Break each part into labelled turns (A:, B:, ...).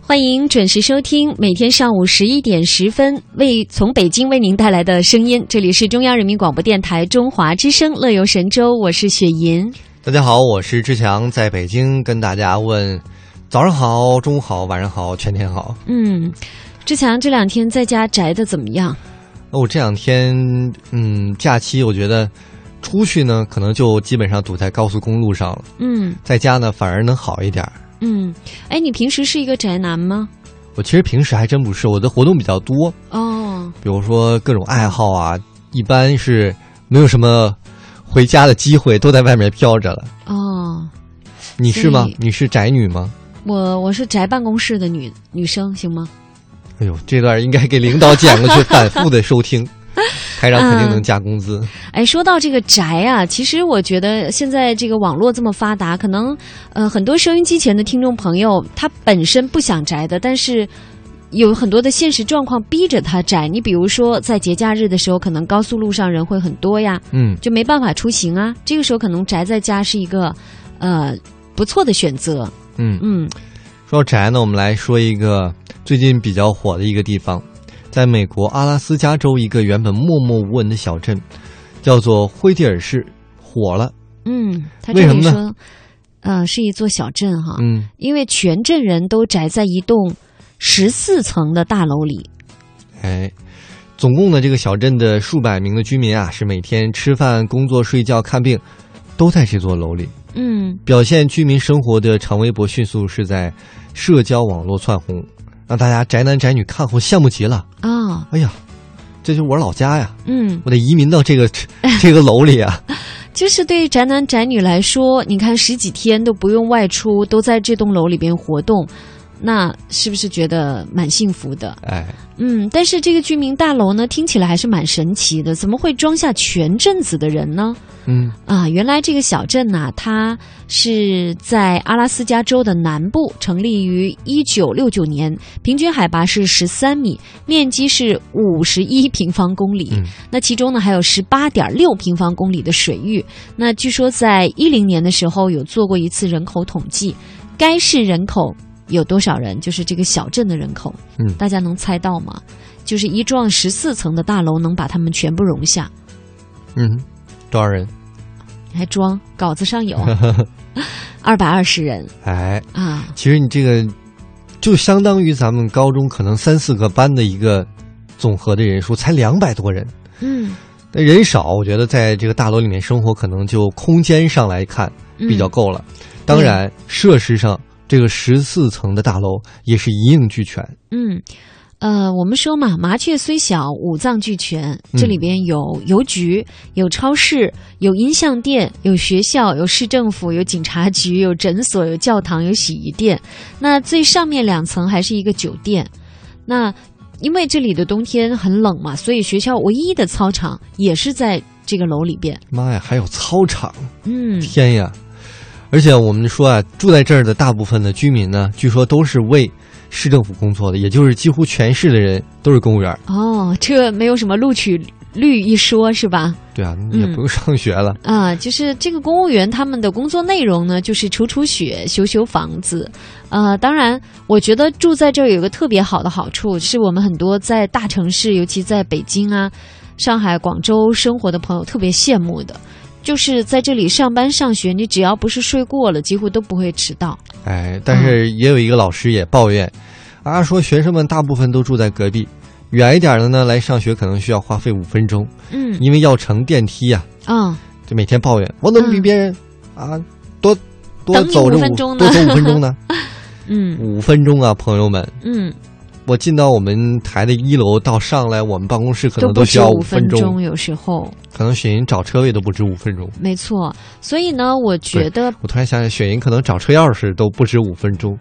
A: 欢迎准时收听每天上午十一点十分为从北京为您带来的声音，这里是中央人民广播电台中华之声《乐游神州》，我是雪莹。
B: 大家好，我是志强，在北京跟大家问早上好、中午好、晚上好、全天好。
A: 嗯，志强这两天在家宅的怎么样？
B: 哦，这两天嗯，假期我觉得出去呢，可能就基本上堵在高速公路上了，
A: 嗯
B: 在家呢反而能好一点儿。
A: 嗯，哎，你平时是一个宅男吗？
B: 我其实平时还真不是，我的活动比较多，
A: 哦，
B: 比如说各种爱好啊，一般是没有什么回家的机会，都在外面飘着了。
A: 哦，
B: 你是吗
A: 所以？
B: 你是宅女吗？
A: 我我是宅办公室的女女生，行吗？
B: 哎呦，这段应该给领导剪过去，反复的收听，台长肯定能加工资。
A: 哎，说到这个宅啊，其实我觉得现在这个网络这么发达，可能呃很多收音机前的听众朋友，他本身不想宅的，但是有很多的现实状况逼着他宅。你比如说，在节假日的时候，可能高速路上人会很多呀，
B: 嗯，
A: 就没办法出行啊。这个时候可能宅在家是一个呃不错的选择。
B: 嗯，
A: 嗯
B: 说到宅呢，我们来说一个最近比较火的一个地方，在美国阿拉斯加州一个原本默默无闻的小镇，叫做灰地尔市，火了。
A: 嗯，他
B: 为
A: 这
B: 什
A: 里
B: 么呢
A: 说呃是一座小镇哈，
B: 嗯，
A: 因为全镇人都宅在一栋十四层的大楼里。
B: 哎，总共呢，这个小镇的数百名的居民啊，是每天吃饭、工作、睡觉、看病，都在这座楼里。
A: 嗯。
B: 表现居民生活的长微博迅速是在社交网络窜红，让大家宅男宅女看后羡慕极了。
A: 啊、
B: 哎呀，这就是我老家呀，
A: 嗯，
B: 我得移民到这个这个楼里啊。
A: 就是对于宅男宅女来说，你看十几天都不用外出，都在这栋楼里边活动，那是不是觉得蛮幸福的？
B: 哎，
A: 嗯，但是这个居民大楼呢，听起来还是蛮神奇的，怎么会装下全镇子的人呢？
B: 嗯
A: 啊，原来这个小镇呐、它是在阿拉斯加州的南部，成立于一九六九年，平均海拔是十三米，面积是五十一平方公里。
B: 嗯
A: 那其中呢，还有十八点六平方公里的水域。那据说在一零年的时候有做过一次人口统计，该市人口有多少人？就是这个小镇的人口，
B: 嗯
A: 大家能猜到吗？就是一幢十四层的大楼能把他们全部容下。
B: 嗯，多少人？
A: 还装稿子上 有二百二十人
B: 哎，
A: 啊，
B: 其实你这个就相当于咱们高中可能三四个班的一个总和的人数，才两百多人。
A: 嗯
B: 那人少，我觉得在这个大楼里面生活，可能就空间上来看比较够了。当然，设施上这个十四层的大楼也是一应俱全。
A: 嗯。呃，我们说嘛，麻雀虽小，五脏俱全。这里边有邮局、有超市、有音像店、有学校、有市政府、有警察局、有诊所、有教堂、有洗衣店。那最上面两层还是一个酒店。那因为这里的冬天很冷嘛，所以学校唯一的操场也是在这个楼里边。
B: 妈呀，还有操场！
A: 嗯
B: 天呀！而且我们说啊，住在这儿的大部分的居民呢，据说都是为市政府工作的，也就是几乎全市的人都是公务员儿。
A: 哦，这没有什么录取率一说，是吧？
B: 对啊，
A: 嗯
B: 也不用上学 了。
A: 啊，就是这个公务员他们的工作内容呢，就是除除雪、修修房子。呃，当然，我觉得住在这儿有一个特别好的好处，是我们很多在大城市，尤其在北京啊、上海、广州生活的朋友特别羡慕的，就是在这里上班上学，你只要不是睡过了，几乎都不会迟到。
B: 哎，但是也有一个老师也抱怨，啊，说学生们大部分都住在隔壁，远一点儿的呢来上学可能需要花费五分钟，
A: 嗯
B: 因为要乘电梯呀、
A: 啊、
B: 就每天抱怨我怎么比别人、啊多多
A: 嗯等你
B: 走这
A: 5分钟呢
B: 多走五分 钟呢？
A: 嗯
B: 五分钟啊，朋友们，
A: 嗯，
B: 我进到我们台的一楼到上来我们办公室可能
A: 不
B: 需
A: 止
B: 要
A: 五
B: 分
A: 分钟，有时候
B: 可能雪莹找车位都不止五分钟。
A: 没错。所以呢，我觉得
B: 我突然想起，雪莹可能找车钥匙都不止五分钟，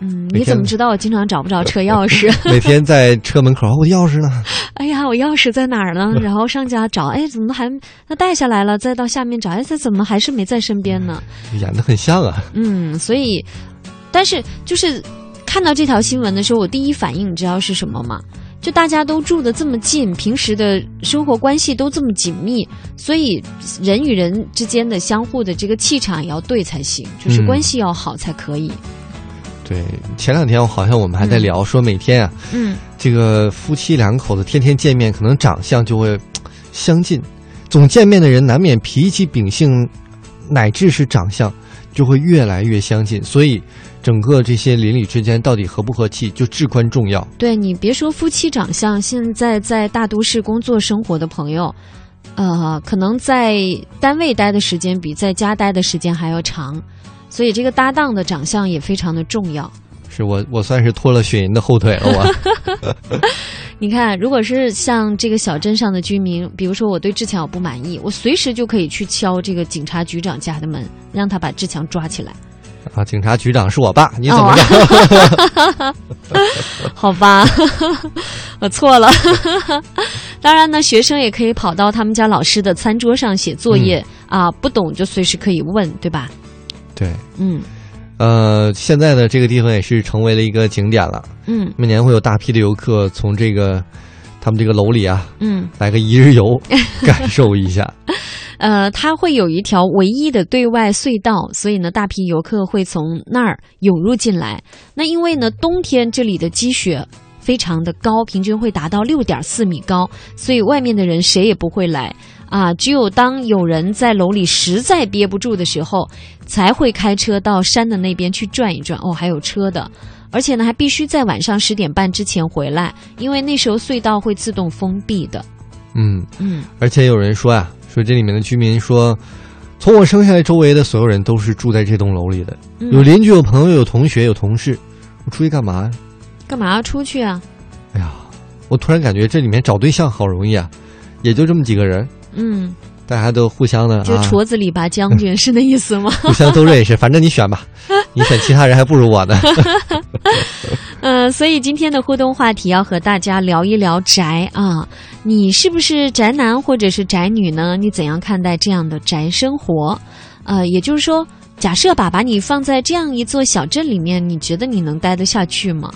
A: 嗯，
B: 每
A: 你怎么
B: 天
A: 知道我经常找不 着车钥匙？
B: 每天在车门口，我的钥匙呢？
A: 哎呀，我钥匙在哪儿呢？然后上家找，哎，怎么还那带下来了？再到下面找，哎，这怎么还是没在身边呢？
B: 演的很像啊。
A: 嗯，所以，但是就是看到这条新闻的时候，我第一反应你知道是什么吗？就大家都住的这么近，平时的生活关系都这么紧密，所以人与人之间的相互的这个气场也要对才行，就是
B: 嗯
A: 关系要好才可以。
B: 对，前两天好像我们还在聊，说每天啊，
A: 嗯，
B: 这个夫妻两口子天天见面，可能长相就会嘖相近，总见面的人难免脾气、秉性，乃至是长相，就会越来越相近。所以，整个这些邻里之间到底合不合气，就至关重要。
A: 对你别说夫妻长相，现在在大都市工作生活的朋友，呃，可能在单位待的时间比在家待的时间还要长，所以这个搭档的长相也非常的重要。
B: 是我，我算是拖了雪莹的后腿了，我啊
A: 你看，如果是像这个小镇上的居民，比如说我对志强我不满意，我随时就可以去敲这个警察局长家的门，让他把志强抓起来。
B: 啊，警察局长是我爸，你怎么着？
A: 好吧， 我错了。 当然呢，学生也可以跑到他们家老师的餐桌上写作业、啊，不懂就随时可以问，对吧？
B: 对，
A: 嗯
B: 呃，现在的这个地方也是成为了一个景点了，
A: 嗯
B: 每年会有大批的游客从这个他们这个楼里啊
A: 嗯，
B: 来个一日游，感受一下。
A: 呃，它会有一条唯一的对外隧道，所以呢，大批游客会从那儿涌入进来。那因为呢，冬天这里的积雪。非常的高，平均会达到六点四米高，所以外面的人谁也不会来啊。只有当有人在楼里实在憋不住的时候，才会开车到山的那边去转一转。哦，还有车的，而且呢，还必须在晚上十点半之前回来，因为那时候隧道会自动封闭的。
B: 嗯，
A: 嗯，
B: 而且有人说啊，说这里面的居民说，从我生下来，周围的所有人都是住在这栋楼里的，
A: 嗯
B: 有邻居、有朋友、有同学、有同事。我出去干嘛呀？
A: 干嘛要出去啊？
B: 哎呀，我突然感觉这里面找对象好容易啊，也就这么几个人，
A: 嗯。
B: 大家都互相的
A: 就
B: 啊，
A: 矬子里拔将军、是那意思 吗？
B: 互相都认识。反正你选吧，你选其他人还不如我呢。
A: 呃，所以今天的互动话题要和大家聊一聊宅啊，你是不是宅男或者是宅女呢？你怎样看待这样的宅生活？呃，也就是说，假设吧，把你放在这样一座小镇里面，你觉得你能待得下去吗？